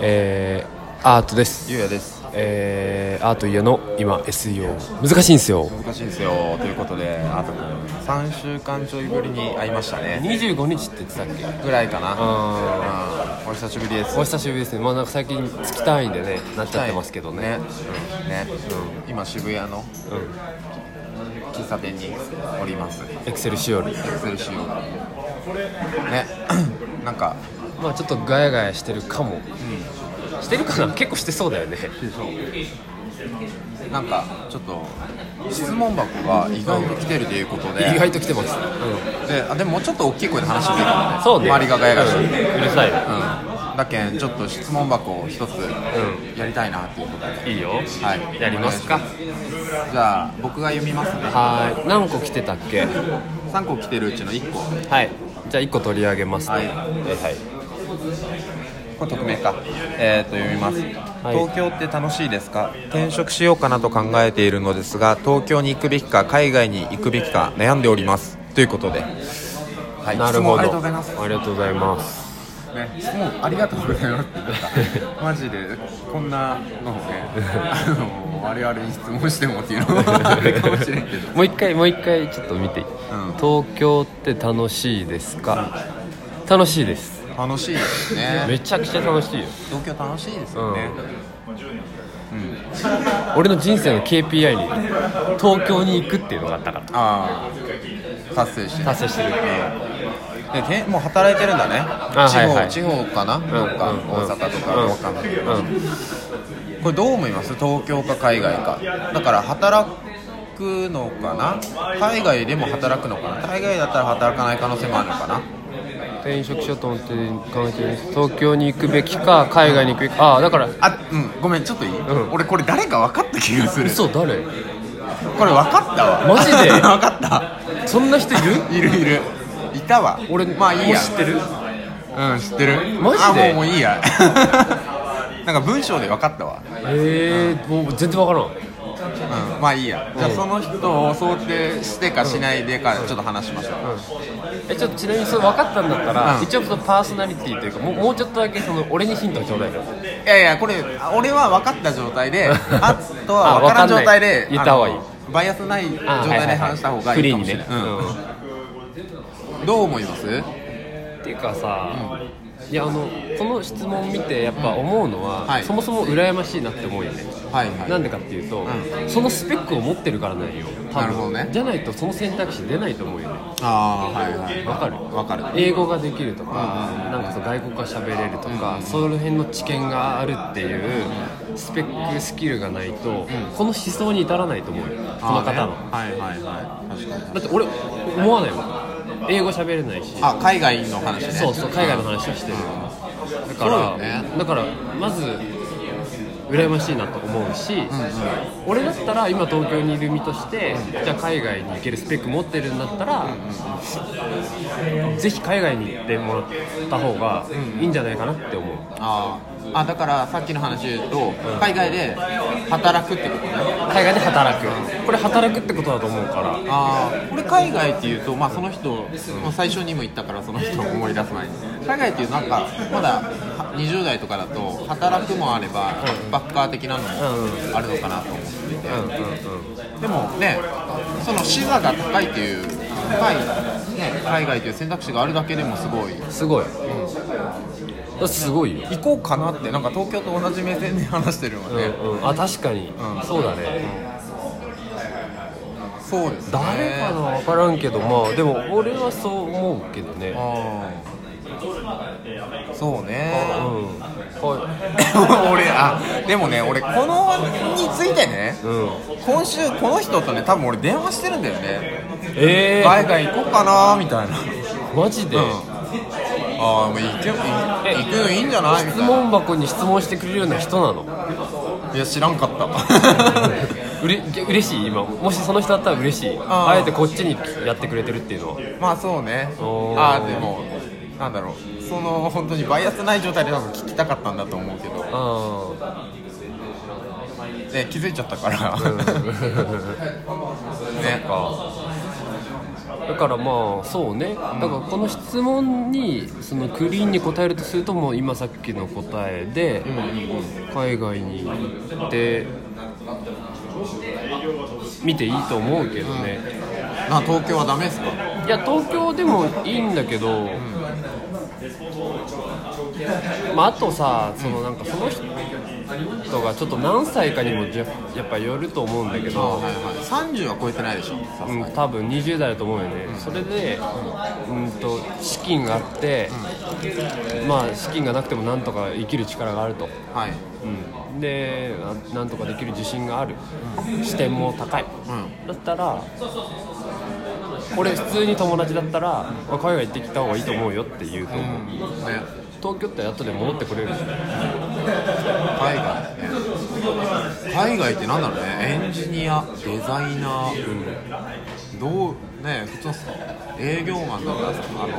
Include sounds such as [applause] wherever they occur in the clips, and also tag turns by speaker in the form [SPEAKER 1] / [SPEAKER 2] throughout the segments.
[SPEAKER 1] えーアートです
[SPEAKER 2] ゆうやです
[SPEAKER 1] えーアート家の今 SEO 難しいんですよ
[SPEAKER 2] 難しいですよということであと3週間ちょいぶりに会いましたね
[SPEAKER 1] 25日って言ってたっけ
[SPEAKER 2] ぐらいかな
[SPEAKER 1] あ
[SPEAKER 2] うんお久しぶりです
[SPEAKER 1] お久しぶりですねまあなんか最近月単位でねなっちゃってますけどね
[SPEAKER 2] ねね今渋谷の
[SPEAKER 1] うん
[SPEAKER 2] 喫茶店におります
[SPEAKER 1] エクセルシオル
[SPEAKER 2] エクセル仕様
[SPEAKER 1] [coughs]
[SPEAKER 2] ねなんか
[SPEAKER 1] まあちょっとガヤガヤしてるかも、してるかな結構してそうだよね
[SPEAKER 2] なんかちょっと質問箱が意外と来てるということで
[SPEAKER 1] 意外と来てます、
[SPEAKER 2] であでももうちょっと大きい声で話してもいいかもね
[SPEAKER 1] そうね
[SPEAKER 2] 周りがガヤガヤして
[SPEAKER 1] う
[SPEAKER 2] る
[SPEAKER 1] んうるさい
[SPEAKER 2] うんだけんちょっと質問箱を一つやりたいなっていうことで、
[SPEAKER 1] いいよ、
[SPEAKER 2] はい
[SPEAKER 1] やりますか
[SPEAKER 2] お願いしますじゃあ僕が読みますね
[SPEAKER 1] はーい何個来てたっけ
[SPEAKER 2] 3個来てるうちの1個は
[SPEAKER 1] はいじゃあ1個取り上げますね
[SPEAKER 2] い
[SPEAKER 1] はい
[SPEAKER 2] これ匿名かえー、と読みます、
[SPEAKER 1] はい
[SPEAKER 2] 東京って楽しいですか転職しようかなと考えているのですが東京に行くべきか海外に行くべきか悩んでおりますということで、はい、
[SPEAKER 1] なる
[SPEAKER 2] 質
[SPEAKER 1] ほ
[SPEAKER 2] 問
[SPEAKER 1] ど
[SPEAKER 2] ありがとうございます
[SPEAKER 1] ありがとうございます
[SPEAKER 2] ね、質問ありがとうございますってなん [laughs] かマジでこんなのを [laughs] ねあの我々に質問してもっていうのはあれかもしれんけど
[SPEAKER 1] もう一回もう一回ちょっと見て、東京って楽しいですか、楽しいです
[SPEAKER 2] 楽しいですね
[SPEAKER 1] めちゃくちゃ楽しいよ
[SPEAKER 2] 東京楽しいですよね、
[SPEAKER 1] 俺の人生の KPI に東京に行くっていうのがあったから
[SPEAKER 2] ああ達成してね
[SPEAKER 1] 達成してる
[SPEAKER 2] でてもう働いてるんだね
[SPEAKER 1] あ
[SPEAKER 2] 地方、
[SPEAKER 1] はいはい
[SPEAKER 2] 地方かな、
[SPEAKER 1] うん
[SPEAKER 2] とか、
[SPEAKER 1] うん
[SPEAKER 2] 大阪とか、
[SPEAKER 1] うん
[SPEAKER 2] わかんないけど
[SPEAKER 1] うん
[SPEAKER 2] これどう思います東京か海外かだから働くのかな海外でも働くのかな海外だったら働かない可能性もあるのかな
[SPEAKER 1] 転職しようと思って考えてるんです東京に行くべきか海外に行くべきかああだから
[SPEAKER 2] あうんごめんちょっといい、
[SPEAKER 1] うん
[SPEAKER 2] 俺これ誰か分かった気がする
[SPEAKER 1] 嘘誰
[SPEAKER 2] これ分かったわ
[SPEAKER 1] マジで
[SPEAKER 2] [laughs] 分かった
[SPEAKER 1] そんな人いる
[SPEAKER 2] いるいるいたわ
[SPEAKER 1] 俺
[SPEAKER 2] まあいい
[SPEAKER 1] もう
[SPEAKER 2] や
[SPEAKER 1] 知ってる
[SPEAKER 2] うん知ってる
[SPEAKER 1] マジで
[SPEAKER 2] あもうもういいや [laughs] なんか文章で分かったわ、
[SPEAKER 1] ええもう全然わからん
[SPEAKER 2] うん、まあいいやじゃあその人を想定してかしないでかちょっと話しましょう、
[SPEAKER 1] えちょっとちなみにそれ分かったんだったら、
[SPEAKER 2] うん
[SPEAKER 1] 一応そのパーソナリティというかもうもうちょっとだけその俺にヒントをちょうだいよ
[SPEAKER 2] いやいやこれあ俺は分かった状態であと
[SPEAKER 1] あ
[SPEAKER 2] は分からん
[SPEAKER 1] 分かんない
[SPEAKER 2] 状態で
[SPEAKER 1] 言った方がいい
[SPEAKER 2] あのバイアスない状
[SPEAKER 1] あはいは
[SPEAKER 2] 態
[SPEAKER 1] いは
[SPEAKER 2] で
[SPEAKER 1] い
[SPEAKER 2] 話した方がいいかもしれな
[SPEAKER 1] フリーにね、
[SPEAKER 2] い、
[SPEAKER 1] うん
[SPEAKER 2] うん、どう思います
[SPEAKER 1] っていうかさ、いやあのこの質問を見てやっぱ思うのは、
[SPEAKER 2] はい
[SPEAKER 1] そもそも羨ましいなって思うよね、
[SPEAKER 2] はいはい
[SPEAKER 1] なんでかっていうと、
[SPEAKER 2] う
[SPEAKER 1] そのスペックを持ってるからなんよ多分
[SPEAKER 2] なるほどね
[SPEAKER 1] じゃないとその選択肢出ないと思うよね
[SPEAKER 2] ああはいはい
[SPEAKER 1] わかる
[SPEAKER 2] わかる
[SPEAKER 1] 英語ができるとか、なんかそう外国が喋れるとか、その辺の知見があるっていうスペックスキルがないと、この思想に至らないと思うよこの方の、
[SPEAKER 2] あーねはいはいはい確かに
[SPEAKER 1] だって俺思わないもん英語喋れないし
[SPEAKER 2] あ海外の話ね
[SPEAKER 1] そうそう海外の話をしてるだか
[SPEAKER 2] そうよ
[SPEAKER 1] ら、
[SPEAKER 2] ね
[SPEAKER 1] だからまず羨ましいなと思うし、俺だったら今東京にいる身として、じゃあ海外に行けるスペック持ってるんだったら、ぜひ海外に行ってもらった方がいいんじゃないかなって思う、
[SPEAKER 2] あーあだからさっきの話で言うと、海外で働くってことね
[SPEAKER 1] 海外で働くこれ働くってことだと思うから
[SPEAKER 2] ああ俺海外っていうと、まあ、その人、まあ最初にも言ったからその人を思い出す前に海外っていうなんかまだは20代とかだと働くもあればバッカー的なのも
[SPEAKER 1] う
[SPEAKER 2] あるのかなと思っていて
[SPEAKER 1] うんうんうん
[SPEAKER 2] でもねその視座が高いっていう高い、ね、海外という選択肢があるだけでもすごい
[SPEAKER 1] すごい、うん、すごいよ
[SPEAKER 2] 行こうかなってなんか東京と同じ目線で話してるの
[SPEAKER 1] う
[SPEAKER 2] はね、
[SPEAKER 1] んうん、あ確かに、
[SPEAKER 2] うん
[SPEAKER 1] そうだね、
[SPEAKER 2] そうですね
[SPEAKER 1] 誰かな分からんけどまあでも俺はそう思うけどね
[SPEAKER 2] あーそうね
[SPEAKER 1] うんは
[SPEAKER 2] [laughs] 俺あでもね俺このについてね
[SPEAKER 1] いうん
[SPEAKER 2] 今週この人とね多分俺電話してるんだよね
[SPEAKER 1] え
[SPEAKER 2] 海外行こうかなみたいな
[SPEAKER 1] マジで、
[SPEAKER 2] うんああもう行け
[SPEAKER 1] え
[SPEAKER 2] 行くよいいんじゃないみ
[SPEAKER 1] 質
[SPEAKER 2] たいな
[SPEAKER 1] 問箱に質問してくれるような人なの
[SPEAKER 2] いや知らんかった
[SPEAKER 1] [laughs] うれ嬉しい今もしその人だったら嬉しい
[SPEAKER 2] あ
[SPEAKER 1] あ
[SPEAKER 2] ー
[SPEAKER 1] えてこっちにやってくれてるっていうのは
[SPEAKER 2] まあそうね
[SPEAKER 1] おー
[SPEAKER 2] ああでもなんだろうその本当にバイアスない状態で多分聞きたかったんだと思うけど、
[SPEAKER 1] あ
[SPEAKER 2] ね、 [laughs] 気づいちゃったから、ね
[SPEAKER 1] あなんかだからまあそうねだからこの質問にそのクリーンに答えるとするともう今さっきの答えで海外に行って見ていいと思うけどね、
[SPEAKER 2] な東京はダメですか
[SPEAKER 1] いや東京でもいいんだけど、まあ、あとさそのなんかその人がちょっと何歳かにもじゃやっぱよると思うんだけど、
[SPEAKER 2] はいはい30は超えてないでしょさ
[SPEAKER 1] うん、多分20代だと思うよね、それで、うん、と資金があって、まあ資金がなくてもなんとか生きる力があると、
[SPEAKER 2] はい
[SPEAKER 1] うん、であなんとかできる自信がある、視点も高い、
[SPEAKER 2] う
[SPEAKER 1] だったら俺普通に友達だったら、まあ海外行ってきた方がいいと思うよって言うと思う、
[SPEAKER 2] んね
[SPEAKER 1] 東京って後で戻ってこれるじゃん
[SPEAKER 2] 海外ね海外ってなんだろうねエンジニアデザイナー、どうね普通の営業マンだからさあの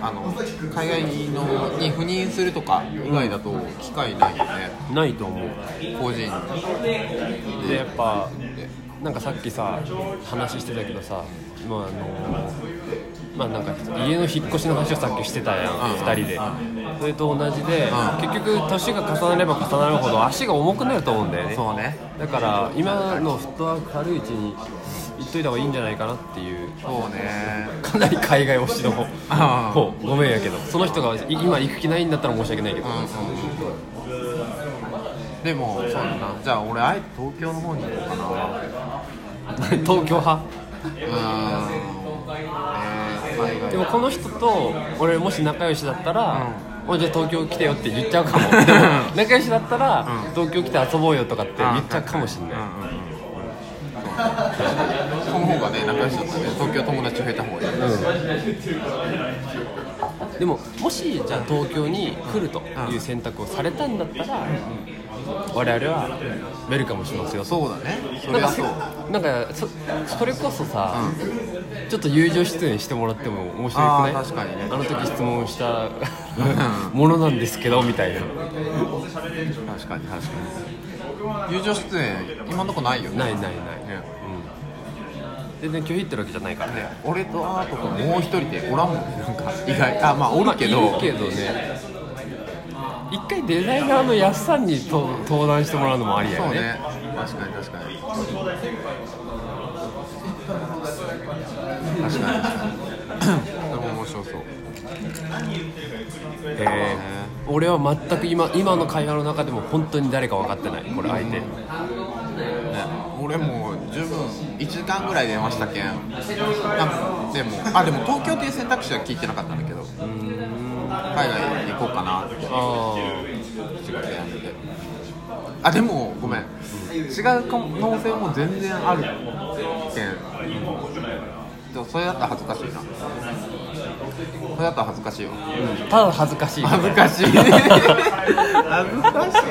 [SPEAKER 2] あの海外のに赴任するとか以外だと機会ないよね
[SPEAKER 1] ないと思う
[SPEAKER 2] 個人
[SPEAKER 1] でやっぱなんかさっきさ話してたけどさまああのまあなんか家の引っ越しの話をさっきしてたやん、
[SPEAKER 2] ん
[SPEAKER 1] 2人で、それと同じで、
[SPEAKER 2] う
[SPEAKER 1] 結局年が重なれば重なるほど足が重くなると思うんだよね
[SPEAKER 2] そうね
[SPEAKER 1] だから今のフットワーク軽いうちに行っといた方がいいんじゃないかなっていう
[SPEAKER 2] そうね
[SPEAKER 1] かなり海外推しの
[SPEAKER 2] あー
[SPEAKER 1] 方ごめんやけどその人がい今行く気ないんだったら申し訳ないけど、
[SPEAKER 2] でもそうだなじゃあ俺あえて東京の方に行こうかな
[SPEAKER 1] 東京派
[SPEAKER 2] うーん、えー、海外
[SPEAKER 1] でもこの人と俺もし仲良しだったら、おいじゃあ東京来てよって言っちゃうか
[SPEAKER 2] [laughs]
[SPEAKER 1] もでも仲良しだったら、東京来て遊ぼうよとかって言っちゃうかもしんない、
[SPEAKER 2] その方がね仲良しだったね東京友達増えた方がいい、
[SPEAKER 1] でももしじゃあ東京に来るという選択をされたんだったら、我々はウェルカムしますよ
[SPEAKER 2] そうだねそ
[SPEAKER 1] な
[SPEAKER 2] り
[SPEAKER 1] ん
[SPEAKER 2] ゃ
[SPEAKER 1] か
[SPEAKER 2] そう
[SPEAKER 1] なんかそそれこそさ、ちょっと友情出演してもらっても面白いくない
[SPEAKER 2] あー確かにね
[SPEAKER 1] あの時質問した [laughs] ものなんですけどみたいな
[SPEAKER 2] 確かに確かに友情出演今のとこないよね
[SPEAKER 1] ないないない、
[SPEAKER 2] ね
[SPEAKER 1] うん、全然拒否ってるわけじゃないからね
[SPEAKER 2] ね俺とアートともう一人でおらんもんねなんか意外あまあおるけど、
[SPEAKER 1] まあいるけどね一回デザイナーのやっさんにと登壇してもらうのもありやよ
[SPEAKER 2] そう
[SPEAKER 1] ね
[SPEAKER 2] ね確かに確かに [laughs] 確かに確かにでも面白そう
[SPEAKER 1] えー俺は全く今今の会話の中でも本当に誰か分かってないこれ相手、
[SPEAKER 2] ね、俺もう十分1時間ぐらい電話したけんなんかでもあでも東京っていう選択肢は聞いてなかったんだけど海外行こうかなって
[SPEAKER 1] あ
[SPEAKER 2] 仕事やめてあでもごめん、違う可能性も全然あるけんでもそれだったら恥ずかしいなそれだったら恥ずかしいわ
[SPEAKER 1] あただ恥ずかしい
[SPEAKER 2] 恥 [laughs] ずかしい恥ずかしい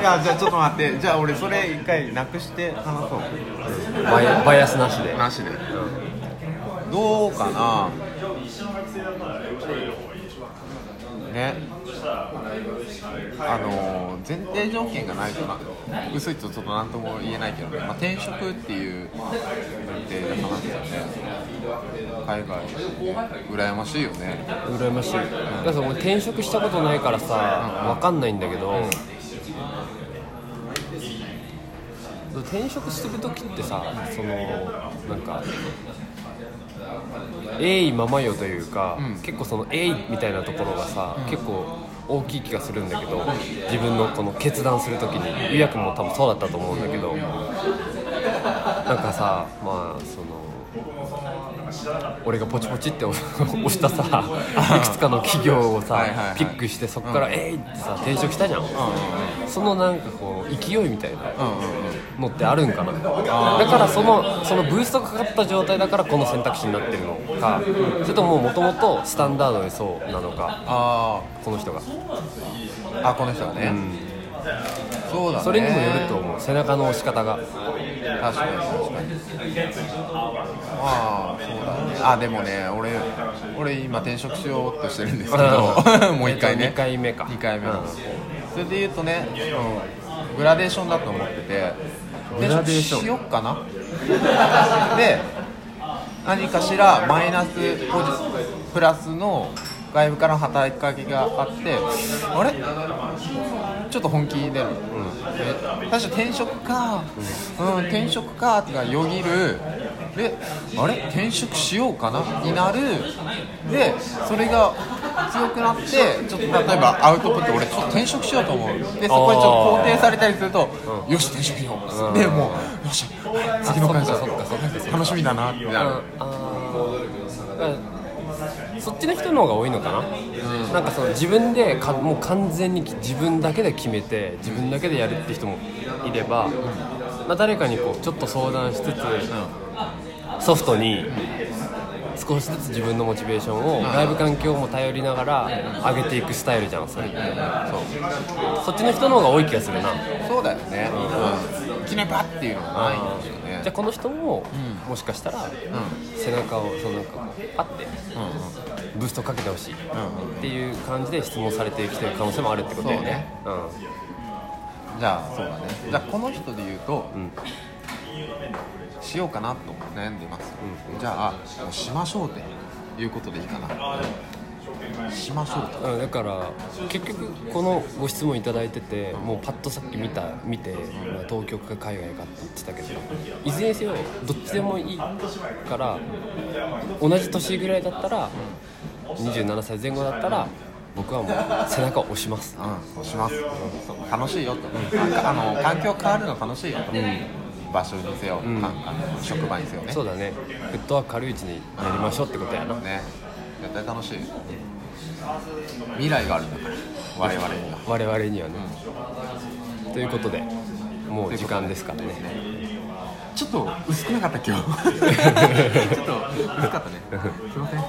[SPEAKER 2] あじゃあちょっと待ってじゃあ俺それ一回なくして話そう
[SPEAKER 1] バイアバイアスなしで
[SPEAKER 2] なしで、どうかなねあの前提条件がないとな薄いとちょっと何とも言えないけどね、まあ、転職っていう前提で話すよね海外羨ましいよね
[SPEAKER 1] 羨ましいだからさ俺転職したことないからさ分かんないんだけど、転職する時ってさそのなんか鋭意ままよというか、結構その鋭意みたいなところがさ、結構大きい気がするんだけど自分のこの決断する時にゆやくんも多分そうだったと思うんだけど、なんかさまあその俺がポチポチって押 [laughs] 押したさいくつかの企業をさ、
[SPEAKER 2] はいはいはい
[SPEAKER 1] ピックしてそこから「えい!」ってさ転職したじゃん、そのなんかこう勢いみたいなのってあるんかな、だからそのそのブーストがかかった状態だからこの選択肢になってるのか、それとももともとスタンダードにそうなのか
[SPEAKER 2] あ
[SPEAKER 1] この人が、
[SPEAKER 2] ーあこの人はね、そうだね
[SPEAKER 1] それにもよると思う背中の押し方が
[SPEAKER 2] 確かに確かにああそうだねあでもね俺俺今転職しようとしてるんですけど [laughs] もう一回ね
[SPEAKER 1] 2回目か
[SPEAKER 2] 二回目
[SPEAKER 1] うん
[SPEAKER 2] それで言うとね、うん、グラデーションだと思ってて
[SPEAKER 1] グラデーション [laughs]
[SPEAKER 2] 転職しよっかなで何かしらマイナスポジプラスの外部からの働きかけがあってあれちょっと本気に出る、うん、確か転職か、うん、転職かとかよぎるであれ転職しようかなになるでそれが強くなってちょっと例えばアウトプット俺ちょっと転職しようと思うでそこでちょっと肯定されたりすると、よし転職しよう、でもうよし次の会社楽しみだなってなる、
[SPEAKER 1] そっちの人の方が多いのかな、なんかその自分でかもう完全に自分だけで決めて自分だけでやるって人もいれば、まあ、誰かにこうちょっと相談しつつ、ソフトに少しずつ自分のモチベーションを外部環境も頼りながら上げていくスタイルじゃんそれってそうそっちの人の方が多い気がするな
[SPEAKER 2] そうだよね、うん、いきなりバッっていうのがないんですよね
[SPEAKER 1] じゃあこの人も、もしかしたら、背中をそのなんかこうパッて、ブーストかけてほしい、っていう感じで質問されてきてる可能性もあるってことだよね
[SPEAKER 2] じゃあそうだねじゃあこの人で言うと、
[SPEAKER 1] ん
[SPEAKER 2] しようかなと悩んでいます、じゃあもうしましょうっていうことでいいかなしましょうと
[SPEAKER 1] うん、うんだから結局このご質問いただいててもうパッとさっき見た見て、まあ、東京か海外かって言ってたけどいずれにせよどっちでもいいから同じ年ぐらいだったら27歳前後だったら僕はもう背中を押します
[SPEAKER 2] うんそうします、そう楽しいよと、なんかあの環境変わるの楽しいよと、場所にせよ、
[SPEAKER 1] ん
[SPEAKER 2] かあの職場にせよね
[SPEAKER 1] そうだねフットワーク軽いうちにやりましょうってことやな
[SPEAKER 2] ね絶対楽しい未来があるんだから我々には
[SPEAKER 1] 我々にはね、ということでもう時間ですからね
[SPEAKER 2] ちょっと薄くなかった今日ちょっと薄かったねすいません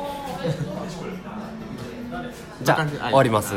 [SPEAKER 1] じゃ
[SPEAKER 2] こん
[SPEAKER 1] あ
[SPEAKER 2] な感じはい
[SPEAKER 1] 終わります